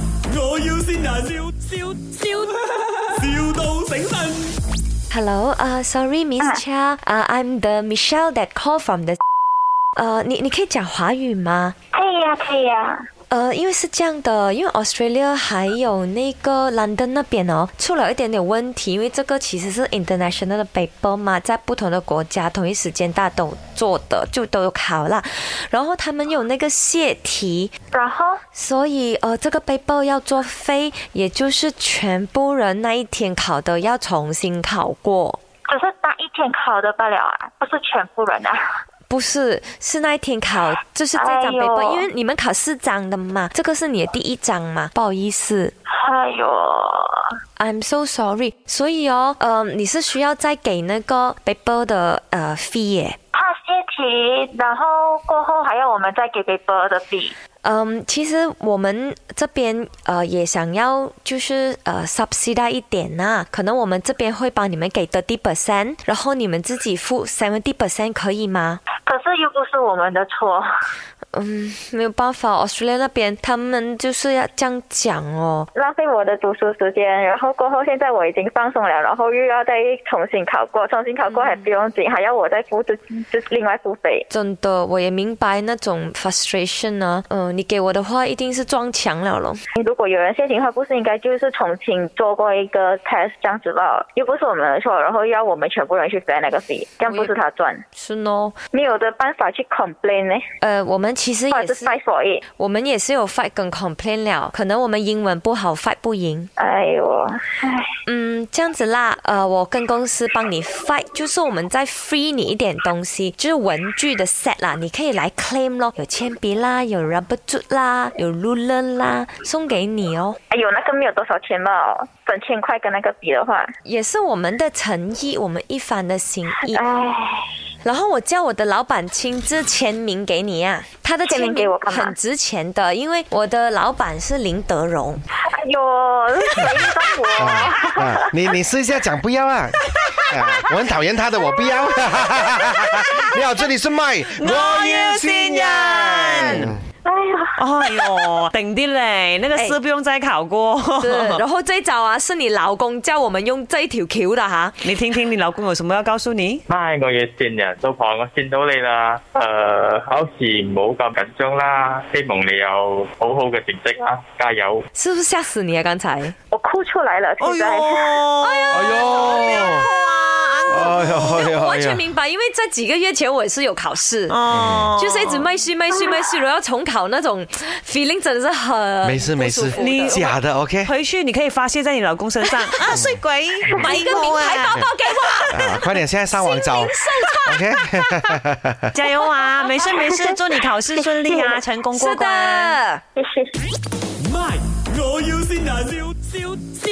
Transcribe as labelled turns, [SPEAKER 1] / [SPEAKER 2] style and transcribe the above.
[SPEAKER 1] 要先人，笑笑笑，, 笑到醒神。
[SPEAKER 2] Hello，呃、s o r r y Miss
[SPEAKER 3] 啊
[SPEAKER 2] Chia，呃、i m the Michelle that call from the，呃、你你可以讲华语吗？
[SPEAKER 3] 可以呀、可以呀、
[SPEAKER 2] 呃，因为是这样的，因为 Australia 还有那个 London 那边哦，出了一点点问题，因为这个其实是 international 的 paper 嘛，在不同的国家同一时间大家都做的，就都有考啦。然后他们有那个泄题，
[SPEAKER 3] 然后
[SPEAKER 2] 所以呃，这个背包要作废，也就是全部人那一天考的要重新考过，
[SPEAKER 3] 只是那一天考的罢了啊，不是全部人啊。
[SPEAKER 2] 不是是那一天考，就是这张背包，
[SPEAKER 3] 哎呦
[SPEAKER 2] 因为你们考四张的嘛，这个是你的第一张嘛，不好意思
[SPEAKER 3] 哎呦，
[SPEAKER 2] ，I'm so sorry。所以哦，呃，你是需要再给那个背包的呃 fee 耶。
[SPEAKER 3] 怕泄题，然后过后还要我们再给 paper 的笔。
[SPEAKER 2] 嗯，其实我们这边呃也想要就是呃 subsidize 一点呐、可能我们这边会帮你们给 thirty percent，然后你们自己付 seventy percent 可以吗？
[SPEAKER 3] 可是又不是我们的错，
[SPEAKER 2] 嗯，没有办法，Australia 那边他们就是要这样讲哦。
[SPEAKER 3] 浪费我的读书时间。然后过后现在我已经放松了，然后又要再重新考过，重新考过还不用紧，还要我再付就就另外付费。
[SPEAKER 2] 真的，我也明白那种 frustration 呢、嗯、你给我的话一定是撞墙了咯。
[SPEAKER 3] 如果有人泄题的话，不是应该就是重新做过一个 test 这样子吧？又不是我们的错，然后又要我们全部人去 pay 那个 fee，这样不是他赚，
[SPEAKER 2] 是喏，
[SPEAKER 3] 没有的办法去 complain 呢，
[SPEAKER 2] 呃，我们其实
[SPEAKER 3] 或
[SPEAKER 2] 也
[SPEAKER 3] 者是
[SPEAKER 2] 是，
[SPEAKER 3] fight for it。
[SPEAKER 2] 我们也是有 fight 跟 complain 了，可能我们英文不好，fight 不赢。
[SPEAKER 3] 哎呦，唉，
[SPEAKER 2] 嗯，这样子啦，呃，我跟公司帮你 fight，就是我们再 free 你一点东西，就是文具的 set 啦，你可以来 claim 咯，有铅笔啦，有 rubber 珠啦，有 ruler 啦，送给你哦，
[SPEAKER 3] 哎呦，那个没有多少钱吧，整千块跟那个比的话，
[SPEAKER 2] 也是我们的诚意，我们一番的心意。
[SPEAKER 3] 唉，
[SPEAKER 2] 然后我叫我的老板亲自签名给你啊，他的
[SPEAKER 3] 签
[SPEAKER 2] 签
[SPEAKER 3] 名给
[SPEAKER 2] 名
[SPEAKER 3] 我干嘛
[SPEAKER 2] 很值钱的，因为我的老板是林德荣。
[SPEAKER 3] 哎呦，谁动我？
[SPEAKER 4] 啊，你你试一下讲不要啊。啊，我很讨厌他的，我不要。 你好，这里是麦，我
[SPEAKER 5] 要新人。
[SPEAKER 3] 哎呀，
[SPEAKER 5] 哎呦，顶啲嘞，那个
[SPEAKER 2] 哎
[SPEAKER 5] 试不用再考过。
[SPEAKER 2] 是，然后这一招啊，是你老公叫我们用这一条桥的哈。
[SPEAKER 5] 你听听你老公有什么要告诉你？
[SPEAKER 6] 嗨，我嘅線人老婆，我見到你啦。誒、考試唔好咁緊張啦，希望你有好好嘅成績啦，加油！
[SPEAKER 2] 是不是吓死你啊？刚才
[SPEAKER 5] 哦
[SPEAKER 3] 我哭出来了，现在。
[SPEAKER 5] 哎
[SPEAKER 4] 哎呦，哎呦，哎呦，
[SPEAKER 2] 完全明白，因为在几个月前我也是有考试，
[SPEAKER 5] 哦
[SPEAKER 2] 就是一直卖书、卖书、卖书，然后重考那种 feeling 真的是很
[SPEAKER 4] 没事没
[SPEAKER 2] 不
[SPEAKER 4] 事
[SPEAKER 2] 舒服，的
[SPEAKER 5] 你
[SPEAKER 4] 假的，OK。
[SPEAKER 5] 回去你可以发泄在你老公身 上啊，衰鬼，
[SPEAKER 2] 买一个名牌包包给我，
[SPEAKER 4] 啊，快点，现在上网找。OK，
[SPEAKER 5] 加油啊！没事没事，祝你考试顺利啊，成功过
[SPEAKER 2] 是
[SPEAKER 5] 关。
[SPEAKER 2] 的。
[SPEAKER 3] 谢谢。
[SPEAKER 1] 卖，我要先人，笑笑笑，